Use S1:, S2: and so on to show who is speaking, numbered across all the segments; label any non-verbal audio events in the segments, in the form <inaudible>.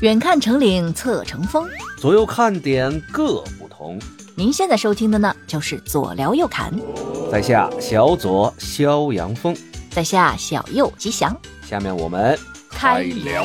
S1: 远看成岭侧成峰。
S2: 左右看点各不同。
S1: 您现在收听的呢，就是左聊右侃，
S2: 在下小左肖阳峰，
S1: 在下小右吉祥。
S2: 下面我们
S1: 开
S2: 聊。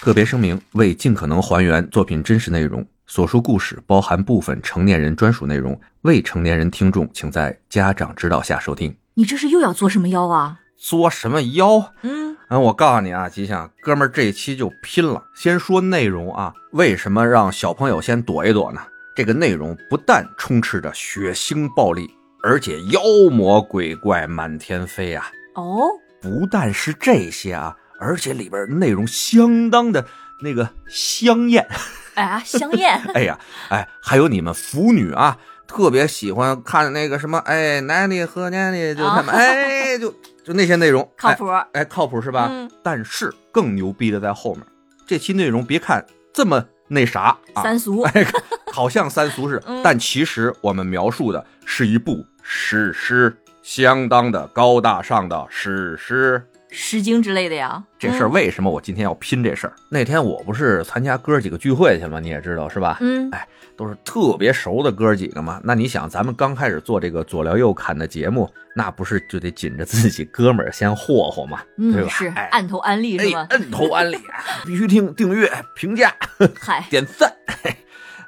S3: 特别声明：为尽可能还原作品真实内容，所述故事包含部分成年人专属内容，未成年人听众请在家长指导下收听。
S1: 你这是又要做什么妖啊？
S3: 作什么妖？
S1: 嗯，
S3: 嗯，我告诉你啊，吉祥哥们儿，这一期就拼了。先说内容啊，为什么让小朋友先躲一躲呢？这个内容不但充斥着血腥暴力，而且妖魔鬼怪满天飞啊！
S1: 哦，
S3: 不但是这些啊，而且里边内容相当的那个香艳。 <laughs>
S1: 哎，香艳
S3: 哎呀，哎，还有你们腐女啊，特别喜欢看那个什么，哎，奶里和奶里，就他们，
S1: 啊
S3: 哎，就就那些内容，
S1: <laughs> <laughs> 靠谱。
S3: 哎，哎，靠谱是吧？
S1: 嗯
S3: 但是更牛逼的在后面，这期内容别看这么那啥啊，
S1: 三俗。
S3: 哎， <laughs> 好像三俗是，
S1: 嗯
S3: 但其实我们描述的是一部史诗，相当的高大上的史诗。
S1: 诗经之类的呀。嗯
S3: 这事儿为什么我今天要拼这事儿？那天我不是参加哥几个聚会去了吗？你也知道是吧？
S1: 嗯，嗯，
S3: 哎都是特别熟的哥几个嘛。那你想，咱们刚开始做这个左聊右侃的节目，那不是就得紧着自己哥们儿先霍霍嘛，对
S1: 嗯，
S3: 吧？
S1: 是
S3: 哎
S1: 按头安利是
S3: 哎
S1: 吧，？
S3: 摁头安利，啊 <laughs> 必须听订阅、评价、
S1: 嗨，
S3: 点赞。 <laughs>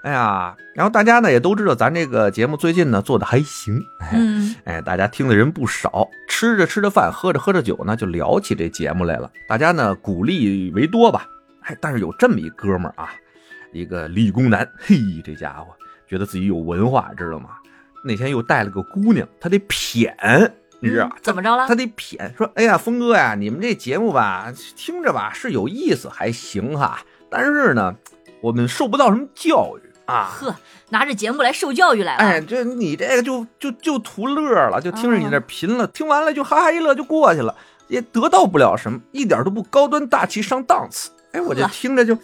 S3: 哎呀，然后大家呢也都知道，咱这个节目最近呢做的还行，哎
S1: 嗯，
S3: 哎，大家听的人不少。吃着吃着饭，喝着喝着酒呢，就聊起这节目来了。大家呢鼓励为多吧，哎，但是有这么一哥们儿啊，一个理工男，嘿，这家伙觉得自己有文化，知道吗？那天又带了个姑娘，他得谝，你知道吧
S1: 嗯？怎么着了
S3: 他？得谝说：“哎呀，峰哥呀，你们这节目吧，听着吧是有意思，还行哈。但是呢，我们受不到什么教育啊。
S1: 呵，拿着节目来受教育来了。
S3: 哎，这你这个就就就图乐了，就听着
S1: 嗯
S3: 你那贫了，听完了就哈哈一乐就过去了，也得到不了什么，一点都不高端大气上档次。哎，我就
S1: 呵
S3: 听着就。”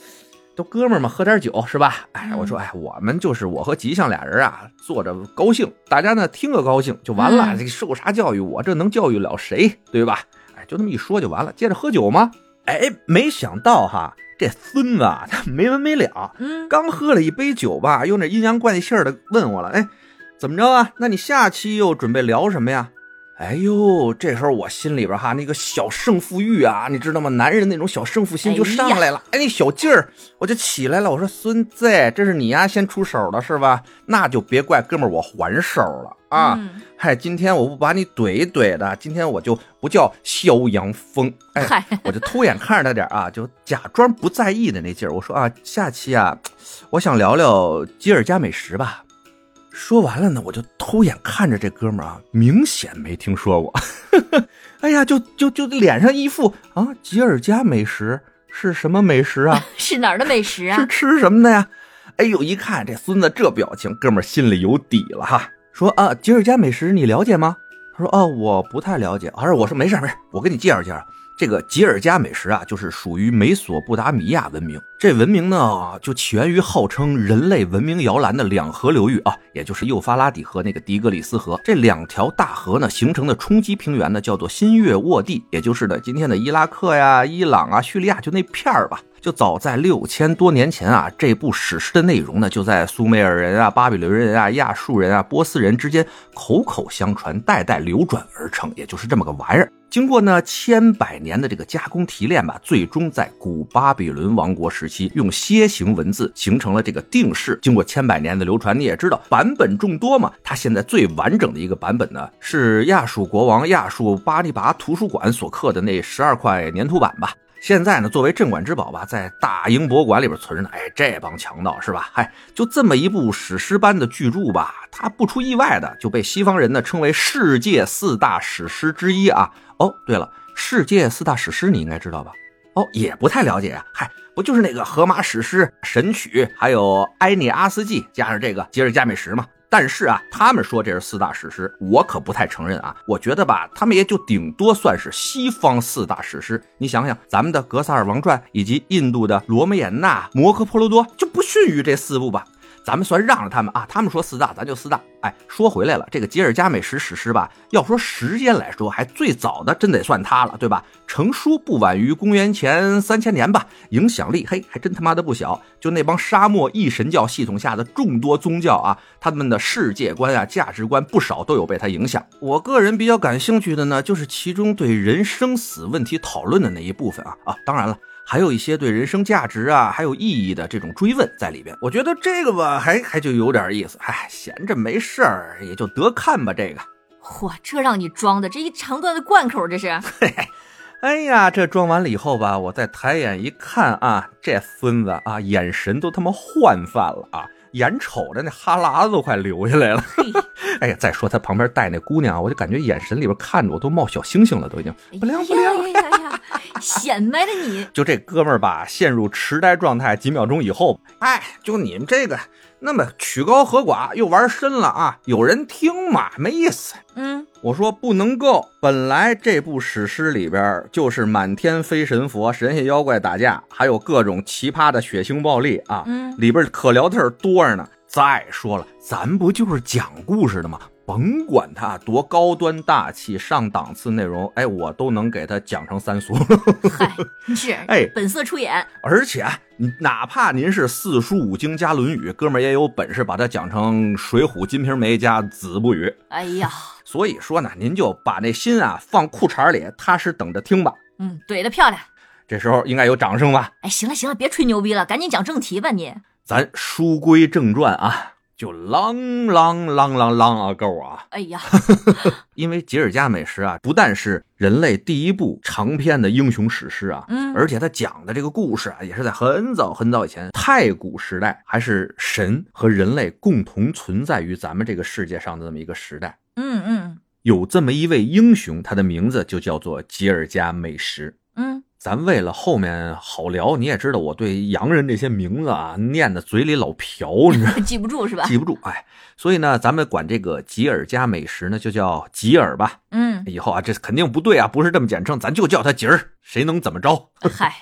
S3: 都哥们儿嘛，喝点酒是吧？哎，
S1: 嗯
S3: 我说，哎，我们就是我和吉祥俩人啊，坐着高兴，大家呢听个高兴就完了。
S1: 嗯
S3: 这受啥教育，我这能教育了谁，对吧？哎，就那么一说就完了。接着喝酒吗？
S1: 嗯
S3: 哎，没想到哈，这孙子啊，他没完没了，
S1: 嗯，
S3: 刚喝了一杯酒吧，用这阴阳怪气儿的问我了，哎，怎么着啊？那你下期又准备聊什么呀？哎呦，这时候我心里边哈那个小胜负欲啊，你知道吗？男人那种小胜负心就上来了，哎那小劲儿我就起来了。我说孙子，这是你呀、先出手了是吧？那就别怪哥们儿我还手了啊！
S1: 嗯
S3: 嗨，今天我不把你怼一怼的，今天我就不叫肖阳峰，哎，
S1: 嗨，
S3: 我就偷眼看着他点儿啊，就假装不在意的那劲儿。我说啊，下期啊，我想聊聊吉尔加美食吧。说完了呢，我就偷眼看着这哥们儿啊，明显没听说过。 <laughs> 哎呀，就就就脸上一副啊，吉尔加美食是什么美食啊？
S1: 是哪儿的美食
S3: 是
S1: 啊？
S3: 吃什么的呀？哎呦，一看这孙子这表情，哥们儿心里有底了哈。说啊，吉尔加美食你了解吗？他说啊，我不太了解。啊，我说没事儿没事儿，我给你介绍介绍。这个吉尔加美食啊，就是属于美索不达米亚文明。这文明呢，就起源于号称人类文明摇篮的两河流域啊，也就是幼发拉底河那个底格里斯河。这两条大河呢形成的冲击平原呢，叫做新月沃地，也就是呢今天的伊拉克呀、伊朗啊、叙利亚就那片儿吧。就早在六千多年前啊，这部史诗的内容呢，就在苏美尔人啊、巴比伦人啊、亚述人啊、波斯人之间口口相传、代代流转而成，也就是这么个玩意儿。经过呢千百年的这个加工提炼吧，最终在古巴比伦王国时期，用楔形文字形成了这个定式。经过千百年的流传，你也知道版本众多嘛，它现在最完整的一个版本呢，是亚述国王亚述巴尼拔图书馆所刻的那十二块粘土板吧。现在呢，作为镇馆之宝吧，在大英博物馆里边存着呢。哎，这帮强盗是吧？嗨、就这么一部史诗般的巨著吧，它不出意外的就被西方人呢称为世界四大史诗之一啊。哦，对了，世界四大史诗你应该知道吧？哦，也不太了解啊。嗨，不就是那个《荷马史诗》《神曲》，还有《埃涅阿斯纪》，加上这个《吉尔加美什》嘛。但是啊，他们说这是四大史诗，我可不太承认啊。我觉得吧，他们也就顶多算是西方四大史诗。你想想，咱们的《格萨尔王传》以及印度的《罗摩衍那》《摩诃婆罗多》就不逊于这四部吧。咱们算让着他们啊，他们说四大，咱就四大。哎，说回来了，这个吉尔加美什史诗吧，要说时间来说，还最早的真得算它了，对吧？成书不晚于公元前三千年吧，影响力嘿还真他妈的不小。就那帮沙漠一神教系统下的众多宗教啊，他们的世界观啊、价值观不少都有被它影响。我个人比较感兴趣的呢，就是其中对人生死问题讨论的那一部分啊啊，当然了。还有一些对人生价值啊，还有意义的这种追问在里边。我觉得这个吧，还还就有点意思。哎，闲着没事儿也就得看吧。这个，
S1: 嚯，这让你装的这一长段的贯口，这
S3: <laughs>
S1: 是
S3: 哎呀，这装完了以后吧，我再抬眼一看啊，这孙子啊，眼神都他妈涣散了啊，眼瞅着那哈喇子都快流下来了。 <laughs>
S1: 嘿，
S3: 哎呀，再说他旁边带那姑娘啊，我就感觉眼神里边看着我都冒小星星了，都已经不
S1: 哎
S3: 灵
S1: 呀
S3: 不灵。
S1: 呀呀呀，显摆的你，
S3: 就这哥们儿吧，陷入痴呆状态几秒钟以后，哎，就你们这个那么曲高和寡，又玩深了啊，有人听嘛，没意思。
S1: 嗯，
S3: 我说不能够，本来这部史诗里边就是满天飞神佛、神仙妖怪打架，还有各种奇葩的血腥暴力啊，
S1: 嗯
S3: 里边可聊的事儿多着呢。再说了，咱不就是讲故事的吗？甭管它多高端大气、上档次内容，哎，我都能给它讲成三俗。 <laughs>
S1: 嗨，是，
S3: 哎
S1: 本色出演，
S3: 而且啊你哪怕您是四书五经加《论语》，哥们儿也有本事把它讲成《水浒》《金瓶梅》加《子不语》。
S1: 哎呀，
S3: 所以说呢，您就把那心啊放裤衩里，踏实等着听吧。
S1: 嗯，怼的漂亮。
S3: 这时候应该有掌声吧？
S1: 哎，行了行了，别吹牛逼了，赶紧讲正题吧你。
S3: 咱书归正传啊，就啷啷啷啷啷啊够啊！
S1: 哎呀，
S3: 因为吉尔加美什啊，不但是人类第一部长篇的英雄史诗啊，
S1: 嗯
S3: 而且他讲的这个故事啊，也是在很早很早以前太古时代，还是神和人类共同存在于咱们这个世界上的这么一个时代。
S1: 嗯嗯
S3: 有这么一位英雄，他的名字就叫做吉尔加美什。
S1: 嗯，
S3: 咱为了后面好聊，你也知道我对洋人这些名字啊，念的嘴里老瓢，你知道吗。
S1: 记不住是吧？
S3: 记不住，哎，所以呢，咱们管这个吉尔加美什呢，就叫吉尔吧。
S1: 嗯，
S3: 以后啊，这肯定不对啊，不是这么简称，咱就叫他吉儿，谁能怎么着？
S1: 嗨，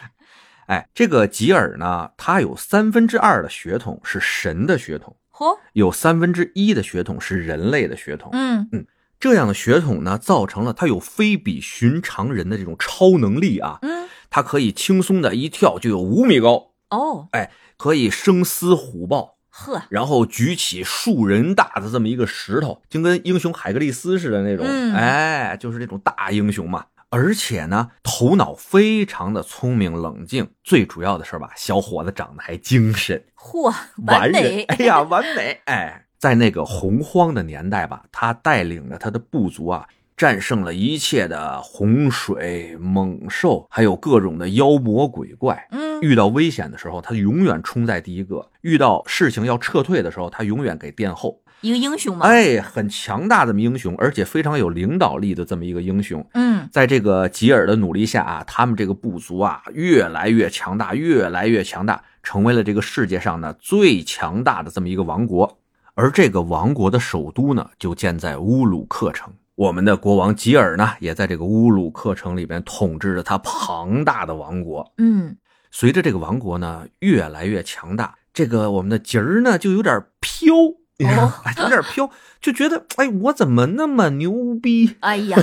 S3: 哎，这个吉尔呢，他有三分之二的血统是神的血统，
S1: 嚯，
S3: 有三分之一的血统是人类的血统。
S1: 嗯
S3: 这样的血统呢，造成了他有非比寻常人的这种超能力啊，
S1: 嗯，
S3: 他可以轻松的一跳就有五米高，
S1: 哦
S3: 可以生撕虎豹。
S1: 呵，
S3: 然后举起数人大的这么一个石头，就跟英雄海格力斯似的那种，
S1: 嗯
S3: 哎，就是那种大英雄嘛。而且呢，头脑非常的聪明冷静，最主要的是吧，小伙子长得还精神
S1: 嚯，
S3: 完
S1: 完 <laughs>
S3: 人
S1: 美，
S3: 哎呀，完美，哎，在那个洪荒的年代吧，他带领着他的部族啊，战胜了一切的洪水、猛兽，还有各种的妖魔鬼怪。
S1: 嗯，
S3: 遇到危险的时候，他永远冲在第一个；遇到事情要撤退的时候，他永远给殿后。
S1: 一个英雄嘛，
S3: 哎，很强大的英雄，而且非常有领导力的这么一个英雄。
S1: 嗯
S3: 在这个吉尔的努力下啊，他们这个部族啊越来越强大，越来越强大，成为了这个世界上呢最强大的这么一个王国。而这个王国的首都呢，就建在乌鲁克城。我们的国王吉尔呢，也在这个乌鲁克城里边统治着他庞大的王国。
S1: 嗯，
S3: 随着这个王国呢越来越强大，这个我们的吉儿呢就有点飘，你知道吗哎有点飘，就觉得哎，我怎么那么牛逼？
S1: 哎呀，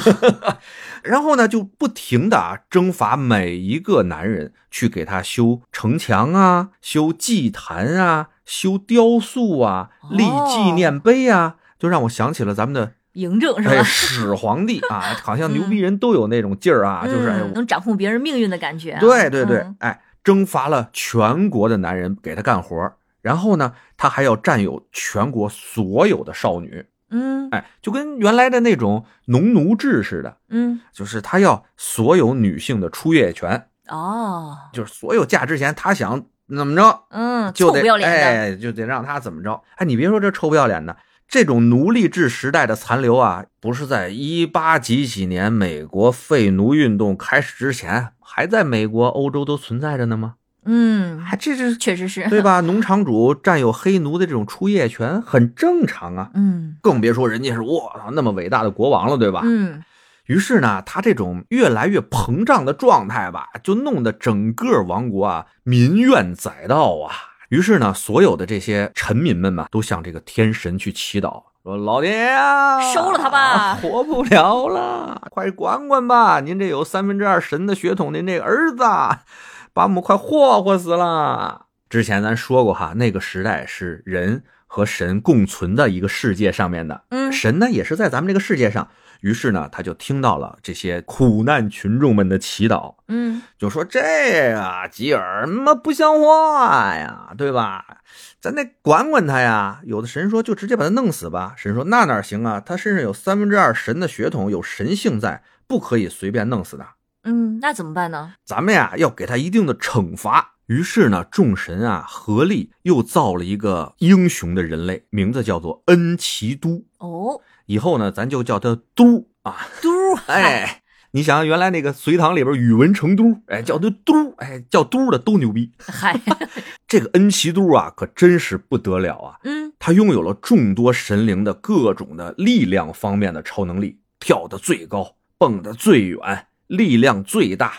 S3: 然后呢，就不停的啊征伐每一个男人，去给他修城墙啊，修祭坛啊，修雕塑啊，立纪念碑啊。就让我想起了咱们的
S1: 嬴政是
S3: 哎
S1: 吧？
S3: 始皇帝啊，好像牛逼人都有那种劲儿啊，就是哎，
S1: 嗯能掌控别人命运的感觉啊。
S3: 对对对
S1: 嗯，
S3: 哎，征伐了全国的男人给他干活儿，然后呢，他还要占有全国所有的少女，
S1: 嗯
S3: 哎，就跟原来的那种农奴制似的，
S1: 嗯，
S3: 就是他要所有女性的出业权，
S1: 哦，
S3: 就是所有嫁之前他想怎么着
S1: 嗯，
S3: 就
S1: 臭
S3: 得
S1: 不要脸的，
S3: 哎，就得让他怎么着。哎，你别说这臭不要脸的。这种奴隶制时代的残留啊，不是在一八几几年美国废奴运动开始之前，还在美国、欧洲都存在着呢吗？
S1: 嗯，
S3: 还这是
S1: 确实是，
S3: 对？吧？农场主占有黑奴的这种出业权很正常啊，
S1: <laughs> 嗯
S3: 更别说人家是我操那么伟大的国王了，对吧？
S1: 嗯，
S3: 于是呢，他这种越来越膨胀的状态吧，就弄得整个王国啊民怨载道啊，于是呢，所有的这些臣民们嘛，都向这个天神去祈祷，说：“老天爷啊，
S1: 收了他吧
S3: 活不了了，快管管吧！您这有三分之二神的血统，您这儿子啊把我们快霍霍死了。”之前咱说过哈，那个时代是人和神共存的一个世界上面的，
S1: 嗯，
S3: 神呢也是在咱们这个世界上。于是呢，他就听到了这些苦难群众们的祈祷，
S1: 嗯，
S3: 就说这个吉尔他妈不像话呀，对吧？咱得管管他呀。有的神说就直接把他弄死吧，神说那哪行啊？他身上有三分之二神的血统，有神性在，不可以随便弄死的。
S1: 嗯，那怎么办呢？
S3: 咱们呀要给他一定的惩罚。于是呢，众神啊合力又造了一个英雄的人类，名字叫做恩奇都。
S1: 哦，
S3: 以后呢，咱就叫他都啊。
S1: 嘟，嗨，
S3: 哎，你想想原来那个隋唐里边宇文成都，哎，叫他都，哎，叫都的都牛逼。
S1: 嗨，
S3: 这个恩奇都啊，可真是不得了啊！
S1: 嗯，
S3: 他拥有了众多神灵的各种的力量方面的超能力，跳得最高，蹦得最远，力量最大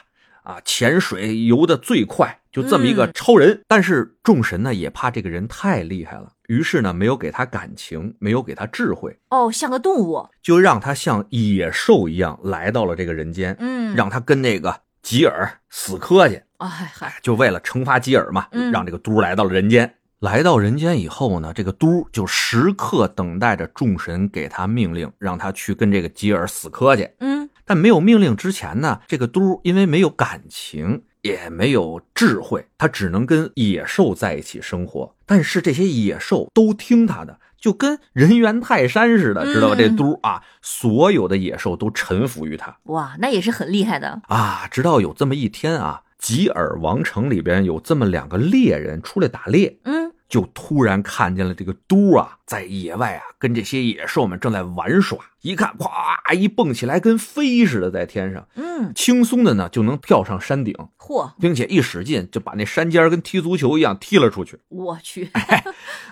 S3: 啊，潜水游得最快，就这么一个
S1: 嗯
S3: 超人。但是众神呢，也怕这个人太厉害了，于是呢，没有给他感情，没有给他智慧，
S1: 哦，像个动物，
S3: 就让他像野兽一样来到了这个人间，
S1: 嗯，
S3: 让他跟那个吉尔死磕去。
S1: 哎嗨，
S3: 就为了惩罚基尔嘛，
S1: 嗯
S3: 让这个都来到了人间。来到人间以后呢，这个都就时刻等待着众神给他命令，让他去跟这个基尔死磕去。
S1: 嗯，
S3: 但没有命令之前呢，这个都因为没有感情，也没有智慧，他只能跟野兽在一起生活。但是这些野兽都听他的，就跟人猿泰山似的，知道吧？
S1: 嗯
S3: 这都啊，所有的野兽都臣服于他。
S1: 哇，那也是很厉害的，
S3: 啊，直到有这么一天啊，吉尔王城里边有这么两个猎人出来打猎，
S1: 嗯，
S3: 就突然看见了这个都啊，在野外啊跟这些野兽们正在玩耍，一看，咵一蹦起来，跟飞似的在天上，
S1: 嗯，
S3: 轻松的呢就能跳上山顶，
S1: 嚯，
S3: 并且一使劲就把那山尖儿跟踢足球一样踢了出去。
S1: 我去，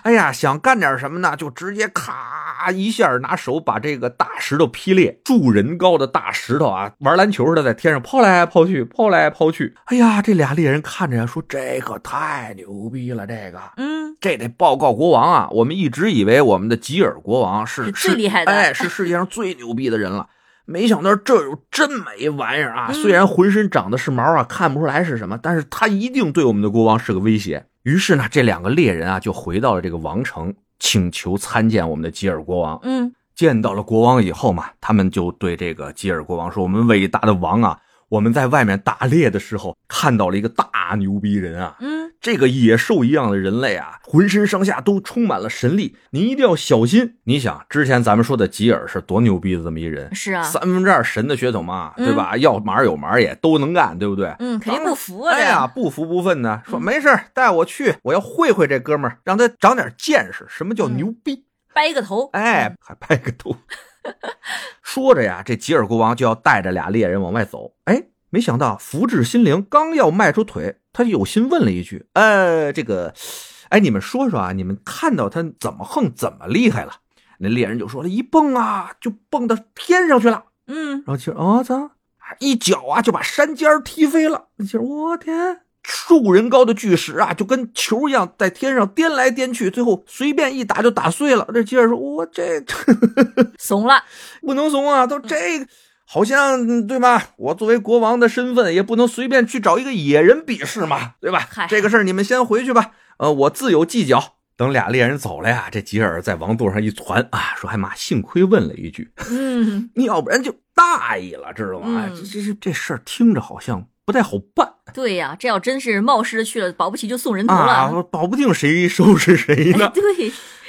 S3: 哎呀，想干点什么呢？就直接咔一下拿手把这个大石头劈裂，住人高的大石头啊，玩篮球似的在天上抛来抛去，抛来抛去。哎呀，这俩猎人看着呀，说这个太牛逼了，这个。
S1: 嗯，
S3: 这得报告国王啊！我们一直以为我们的吉尔国王是
S1: 是最厉害的
S3: 哎，是世界上最牛逼的人了。没想到这有这么一玩意儿啊！
S1: 嗯
S3: 虽然浑身长的是毛啊，看不出来是什么，但是他一定对我们的国王是个威胁。于是呢，这两个猎人啊就回到了这个王城，请求参见我们的吉尔国王。
S1: 嗯，
S3: 见到了国王以后嘛，他们就对这个吉尔国王说：“我们伟大的王啊，我们在外面打猎的时候看到了一个大牛逼人啊，
S1: 嗯，
S3: 这个野兽一样的人类啊，浑身上下都充满了神力，您一定要小心。你想，之前咱们说的吉尔是多牛逼的这么一人，
S1: 是啊，
S3: 三分之二神的血统嘛，
S1: 嗯
S3: 对吧？要麻有麻也都能干，对不对？
S1: 嗯，肯定不服啊，
S3: 哎
S1: 这
S3: 呀，，不服不忿呢，
S1: 嗯
S3: 说没事儿带我去，我要会会这哥们儿，让他长点见识，什么
S1: 嗯
S3: 叫牛逼？
S1: 掰个头，
S3: 哎，还拍个头。 <laughs> 说着呀，这吉尔国王就要带着俩猎人往外走。哎，没想到福至心灵刚要迈出腿，他有心问了一句：“呃，这个，哎，你们说说啊，你们看到他怎么横，怎么厉害了？”那猎人就说了一蹦啊，就蹦到天上去了。
S1: 嗯，
S3: 然后吉尔，哦，操！一脚啊就把山尖儿踢飞了。那吉尔，我天！数人高的巨石啊，就跟球一样在天上颠来颠去，最后随便一打就打碎了。这吉尔说：“我这 <laughs>
S1: 怂了，
S3: 不能怂啊，都这个好像嗯对吧？我作为国王的身份，也不能随便去找一个野人比试嘛，对吧
S1: 嗨？
S3: 这个事儿你们先回去吧，呃，我自有计较。”等俩猎人走了呀，这吉尔在王座上一窜啊，说：“哎妈，幸亏问了一句。”
S1: 嗯，
S3: 你要不然就大意了，知道吗？哎
S1: 嗯
S3: 这这这这事儿听着好像不太好办
S1: 对呀，这要真是冒失去了，嗯保不齐就送人头了，
S3: 啊，保不定谁收拾谁
S1: 哎
S3: 呢。
S1: 对，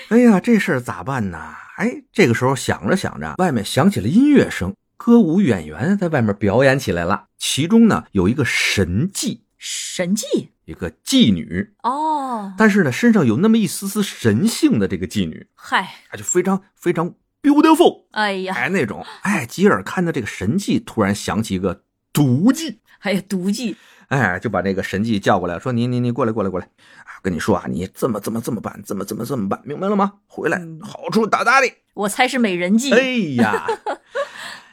S3: 哎呀，这事儿咋办呢？哎，这个时候想着想着，外面响起了音乐声，歌舞演员在外面表演起来了。其中呢有一个神妓，
S1: 神迹，
S3: 一个妓女，
S1: 哦，
S3: 但是呢身上有那么一丝丝神性的这个妓女，
S1: 嗨，
S3: 啊，就非常非常 beautiful，
S1: 哎呀，
S3: 哎那种。哎，吉尔看到这个神妓，突然想起一个毒计。
S1: 还有毒计，
S3: 哎，就把这个神迹叫过来，说你你你过来过来过来，啊，跟你说啊，你这么这么这么办，这么这么这么办，明白了吗？回来
S1: 嗯
S3: 好处打打理。
S1: 我猜是美人计，
S3: 哎呀，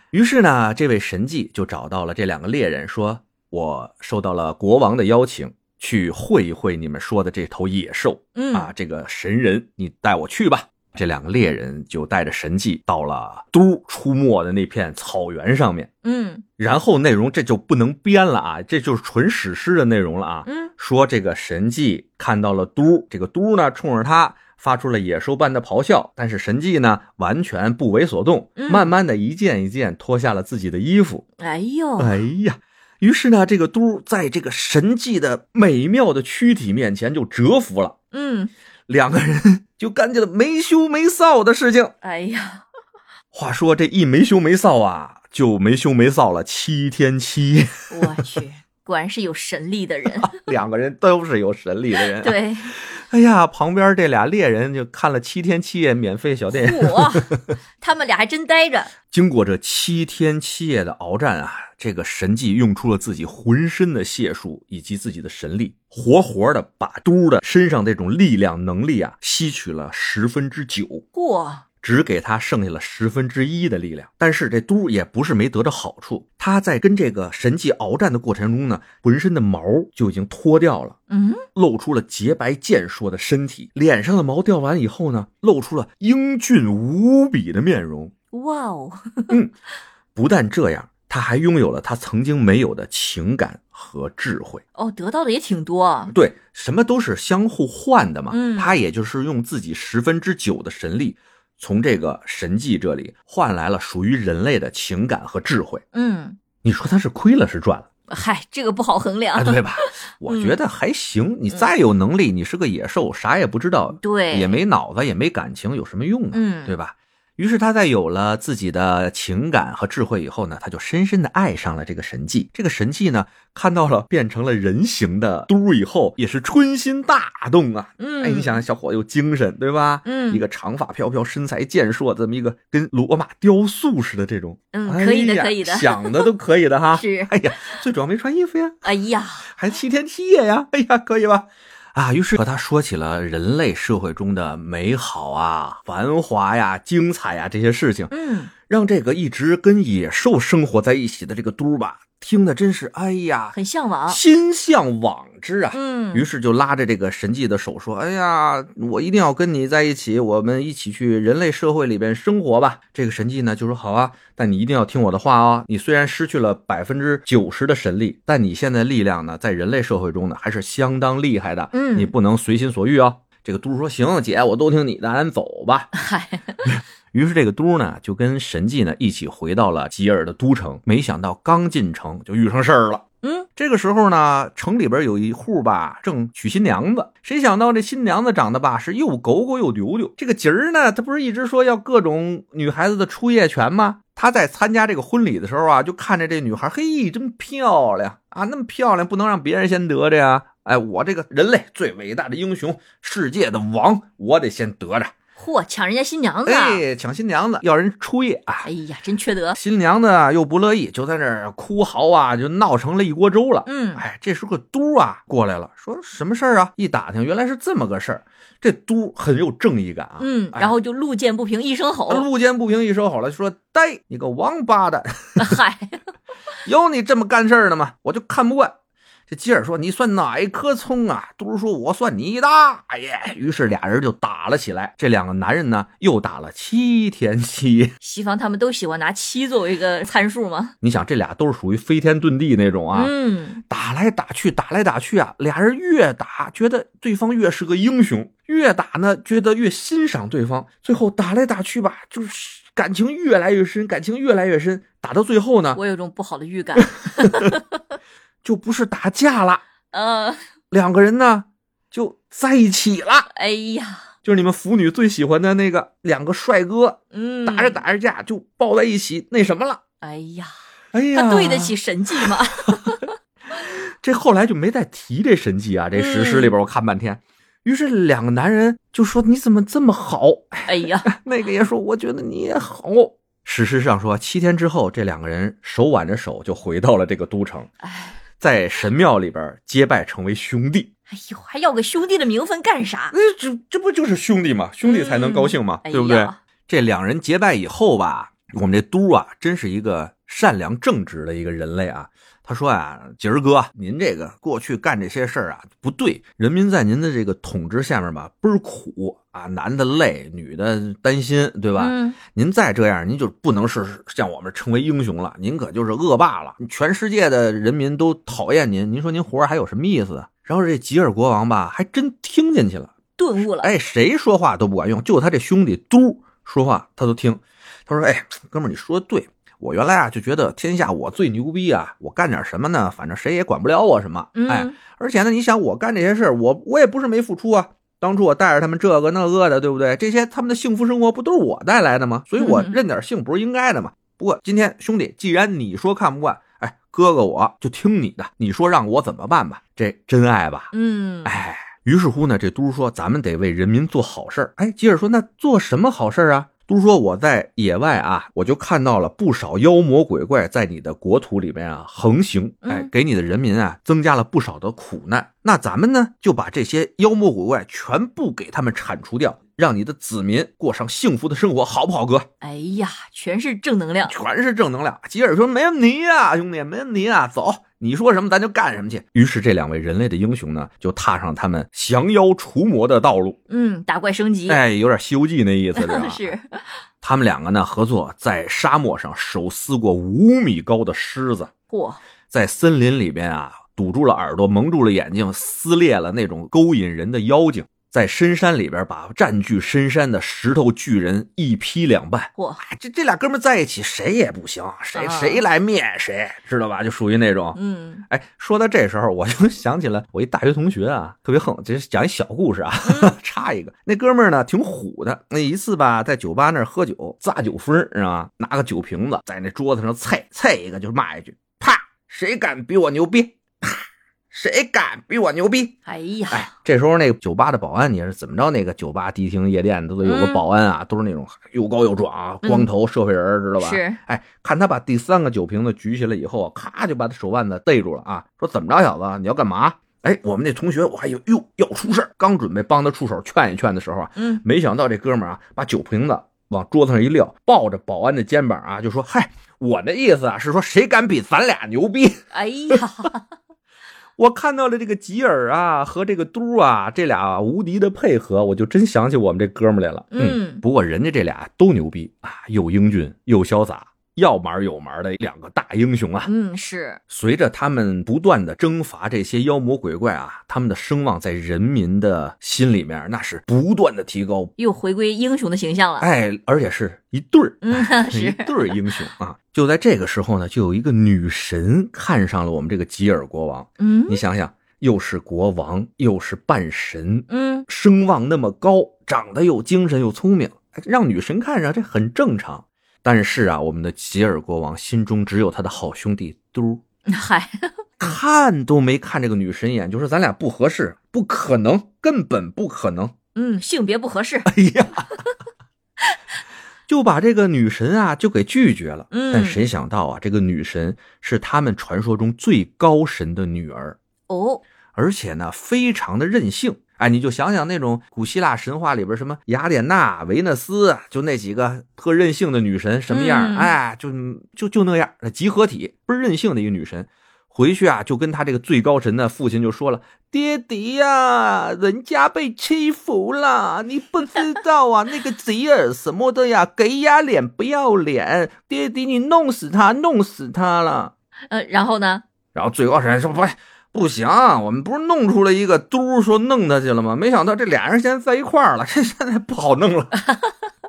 S3: 于是呢，这位神迹就找到了这两个猎人，说我受到了国王的邀请，去会一会你们说的这头野兽
S1: 嗯
S3: 啊，这个神人，你带我去吧。”这两个猎人就带着神迹到了都出没的那片草原上面，
S1: 嗯
S3: 然后内容这就不能编了啊，这就是纯史诗的内容了啊。
S1: 嗯
S3: 说这个神迹看到了嘟，这个嘟呢冲着他发出了野兽般的咆哮，但是神迹呢完全不为所动，
S1: 嗯
S3: 慢慢的一件一件脱下了自己的衣服。
S1: 哎呦，
S3: 哎呀，于是呢，这个嘟在这个神迹的美妙的躯体面前就折服了，
S1: 嗯，
S3: 两个人 <laughs> 就干起了没羞没臊的事情。
S1: 哎呀，
S3: 话说这一没羞没臊啊，就没羞没臊了七天七夜，
S1: 我去，
S3: <laughs>
S1: 果然是有神力的人。
S3: 两个人都是有神力的人、啊。
S1: 对，
S3: <laughs> 哎呀，旁边这俩猎人就看了七天七夜免费小
S1: <laughs>
S3: 电影。
S1: 我他们俩还真呆着。
S3: 经过这七天七夜的鏖战啊，这个神迹用出了自己浑身的解数以及自己的神力，活活的把嘟的身上这种力量能力啊吸取了十分之九，
S1: 嚯，
S3: 只给他剩下了十分之一的力量。但是这嘟也不是没得着好处，他在跟这个神迹鏖战的过程中呢，浑身的毛就已经脱掉了。
S1: 嗯，
S3: 露出了洁白健硕的身体，脸上的毛掉完以后呢，露出了英俊无比的面容。
S1: 哇哦，
S3: 不但这样，他还拥有了他曾经没有的情感和智慧。
S1: 哦，得到的也挺多啊。
S3: 对，什么都是相互换的嘛。
S1: 嗯
S3: 他也就是用自己十分之九的神力，从这个神迹这里换来了属于人类的情感和智慧。
S1: 嗯，
S3: 你说他是亏了是赚了？
S1: 嗨，这个不好衡量
S3: 啊，。对吧？我觉得还行。你再有能力，你是个野兽，啥也不知道，
S1: <laughs> 对
S3: 也没脑子，也没感情，有什么用啊？
S1: 嗯
S3: 对吧？于是他在有了自己的情感和智慧以后呢，他就深深的爱上了这个神迹。这个神迹呢，看到了变成了人形的嘟以后，也是春心大动啊！
S1: 嗯，
S3: 哎，你想，想，小伙子又精神，对吧？
S1: 嗯
S3: 一个长发飘飘、身材健硕，这么一个跟罗马雕塑似的这种，
S1: 嗯，
S3: 哎
S1: 可以的，
S3: 呀
S1: 可以的。 <laughs>
S3: 想的都可以的哈。
S1: 是
S3: 哎呀，最主要没穿衣服呀。
S1: 哎呀，
S3: 还七天七夜呀！哎呀，可以吧？啊，于是和他说起了人类社会中的美好啊、繁华呀、精彩呀这些事情，
S1: 嗯，
S3: 让这个一直跟野兽生活在一起的这个嘟吧，听的真是哎呀，
S1: 很向往。
S3: 心向往之啊！
S1: 嗯，
S3: 于是就拉着这个神迹的手说：“哎呀，我一定要跟你在一起，我们一起去人类社会里边生活吧。”这个神迹呢就说：“好啊，但你一定要听我的话哦。你虽然失去了百分之九十的神力，但你现在力量呢，在人类社会中呢还是相当厉害的。
S1: 嗯
S3: 你不能随心所欲哦。”这个嘟说：“行，姐，我都听你的，咱走吧。”
S1: 嗨，
S3: 于是这个嘟呢就跟神迹呢一起回到了吉尔的都城，没想到刚进城就遇上事儿了。
S1: 嗯，
S3: 这个时候呢，城里边有一户吧，正娶新娘子。谁想到这新娘子长得吧，是又狗狗又丢丢。这个吉儿呢，他不是一直说要各种女孩子的出夜权吗？他在参加这个婚礼的时候啊，就看着这女孩，嘿，真漂亮啊，那么漂亮，不能让别人先得着呀。哎，我这个人类最伟大的英雄，世界的王，我得先得着。
S1: 嚯，抢人家新娘子啊！
S3: 哎，抢新娘子，要人出夜啊。
S1: 哎呀，真缺德。
S3: 新娘子啊又不乐意，就在那儿哭嚎啊，就闹成了一锅粥了。
S1: 嗯
S3: 哎，这时候个嘟啊过来了，说什么事儿啊？一打听，原来是这么个事儿。这嘟很有正义感啊，
S1: 嗯，
S3: 哎啊
S1: 然后就路见不平一声吼。
S3: 路见不平一声吼了，说：“呆，你个王八蛋，
S1: <laughs> 嗨，
S3: 有你这么干事儿的吗？我就看不惯。”这吉尔说：“你算哪一棵葱啊？”嘟说：“我算你大爷。”于是俩人就打了起来。这两个男人呢，又打了七天七夜。
S1: 西方他们都喜欢拿七作为一个参数嘛。
S3: 你想，这俩都是属于飞天遁地那 <laughs> 种啊。
S1: 嗯，
S3: 打来打去，打来打去啊，俩人越打觉得对方越是个英雄，越打呢觉得越欣赏对方，最后打来打去吧，就是感情越来越深，感情越来越深，打到最后呢，
S1: 我有种不好的预
S3: <laughs>
S1: 感。
S3: 就不是打架了，
S1: 呃，
S3: 两个人呢就在一起了，
S1: 哎呀，
S3: 就是你们腐女最喜欢的那个两个帅哥，
S1: 嗯，
S3: 打着，打着架就抱在一起，那什么了。
S1: 哎呀，
S3: 哎呀，
S1: 他对得起神迹吗？ <laughs>
S3: 这后来就没再提这神迹啊，这史诗
S1: 嗯
S3: 里边我看半天。于是两个男人就说：“你怎么这么好？”
S1: 哎呀，
S3: 那个也说：“我觉得你也好。”史诗上说，七天之后，这两个人手挽着手就回到了这个都城，
S1: 哎，
S3: 在神庙里边结拜成为兄弟。
S1: 哎呦，还要个兄弟的名分干啥？
S3: 那哎这这不就是兄弟吗？兄弟才能高兴吗？
S1: 哎呀
S3: 对不对？这两人结拜以后吧，我们这都啊，真是一个善良正直的一个人类啊。他说啊，吉儿哥，您这个过去干这些事儿啊不对，人民在您的这个统治下面吧，倍儿苦啊，男的累，女的担心，对吧？
S1: 嗯，
S3: 您再这样，您就不能是像我们成为英雄了，您可就是恶霸了，全世界的人民都讨厌您，您说您活着还有什么意思啊？然后这吉尔国王吧，还真听进去了。
S1: 顿悟了，
S3: 哎，谁说话都不管用，就他这兄弟嘟说话他都听。他说：“哎，哥们儿，你说的对，我原来啊就觉得天下我最牛逼啊，我干点什么呢，反正谁也管不了我什么。
S1: 嗯，
S3: 哎，而且呢，你想我干这些事儿，我我也不是没付出啊。当初我带着他们这个那个的，对不对？这些他们的幸福生活不都是我带来的吗？所以我
S1: 嗯
S3: 认点性不是应该的吗？不过今天兄弟，既然你说看不惯，哎，哥哥我就听你的，你说让我怎么办吧？这真爱吧？
S1: 嗯，
S3: 哎，于是乎呢，这都说咱们得为人民做好事儿。哎，接着说，那做什么好事儿啊？都说我在野外啊，我就看到了不少妖魔鬼怪在你的国土里面啊横行，哎
S1: 嗯，
S3: 给你的人民啊增加了不少的苦难。那咱们呢，就把这些妖魔鬼怪全部给他们铲除掉，让你的子民过上幸福的生活，好不好，哥？
S1: 哎呀，全是正能量，
S3: 全是正能量。吉尔说：“没问题啊，兄弟，没问题啊，走，你说什么咱就干什么去。”于是这两位人类的英雄呢，就踏上他们降妖除魔的道路。
S1: 嗯，打怪升级，
S3: 哎，有点《西游记》那意思是
S1: <laughs>
S3: 吧？
S1: 是，
S3: 他们两个呢合作在沙漠上手撕过五米高的狮子，
S1: 嚯，
S3: 在森林里边啊堵住了耳朵，蒙住了眼睛，撕裂了那种勾引人的妖精。在深山里边，把占据深山的石头巨人一劈两半，
S1: 嚯，
S3: 哎这这俩哥们儿在一起，谁也不行，谁
S1: 啊
S3: 谁来灭谁，知道吧？就属于那种。
S1: 嗯，
S3: 哎，说到这时候，我就 <laughs> 想起了我一大学同学啊，特别横，这是讲一小故事啊，
S1: 嗯
S3: <laughs> 插一个。那哥们儿呢，挺虎的。那一次吧，在酒吧那儿喝酒，咂酒疯儿，知道吗？拿个酒瓶子在那桌子上啐啐一个，就骂一句：“啪！谁敢比我牛逼？啪！谁敢比我牛逼？”
S1: 哎呀，
S3: 哎，这时候那个酒吧的保安，你是怎么着？那个酒吧、迪厅、夜店都得有个
S1: 嗯
S3: 保安啊，都是那种又高又壮啊，
S1: 嗯
S3: 光头社会人儿，知道吧？
S1: 是，
S3: 哎，看他把第三个酒瓶子举起来以后啊，咔就把他手腕子逮住了啊，说怎么着，小子，你要干嘛？哎，我们那同学，我还以为哟要出事儿，刚准备帮他出手劝一劝的时候啊，
S1: 嗯，
S3: 没想到这哥们儿啊，把酒瓶子往桌子上一撂，抱着保安的肩膀啊，就说：“嗨，我那意思啊是说谁敢比咱俩牛逼。”
S1: 哎呀，
S3: 我看到了这个吉尔啊和这个嘟啊这俩无敌的配合，我就真想起我们这哥们儿来了。
S1: 嗯
S3: 不过人家这俩都牛逼啊，又英俊又潇洒，要玩儿有玩儿的两个大英雄啊。
S1: 嗯，是，
S3: 随着他们不断的征伐这些妖魔鬼怪啊，他们的声望在人民的心里面那是不断的提高。
S1: 又回归英雄的形象了，
S3: 哎，而且是一对儿，啊
S1: 嗯，
S3: 一
S1: <laughs> 是，
S3: 对儿英雄啊！就在这个时候呢，就有一个女神看上了我们这个吉尔国王，
S1: 嗯
S3: 你想想，又是国王，又是半神，
S1: 嗯，
S3: 声望那么高，长得又精神又聪明，哎让女神看上这很正常。但是啊，我们的吉尔国王心中只有他的好兄弟嘟，
S1: 嗯嗨，
S3: 看都没看这个女神一眼，就说咱俩不合适，不可能，根本不可能。
S1: 嗯，性别不合适，
S3: 哎呀，就把这个女神啊就给拒绝了。
S1: 嗯
S3: 但谁想到啊，这个女神是他们传说中最高神的女儿。
S1: 哦，
S3: 而且呢，非常的任性。哎，你就想想那种古希腊神话里边什么雅典娜、维纳斯，就那几个特任性的女神什么样？
S1: 嗯
S3: 哎，就就就那样，集合体倍儿任性的一个女神。回去啊，就跟他这个最高神的父亲就说了：“爹爹呀、人家被欺负了，你不知道啊，那个吉尔什么的呀，给呀脸不要脸，爹爹你弄死他，弄死他了。”
S1: 呃，然后呢？
S3: 然后最高审说不不行，我们不是弄出了一个嘟说弄他去了吗？没想到这俩人现在在一块儿了，这现在不好弄了。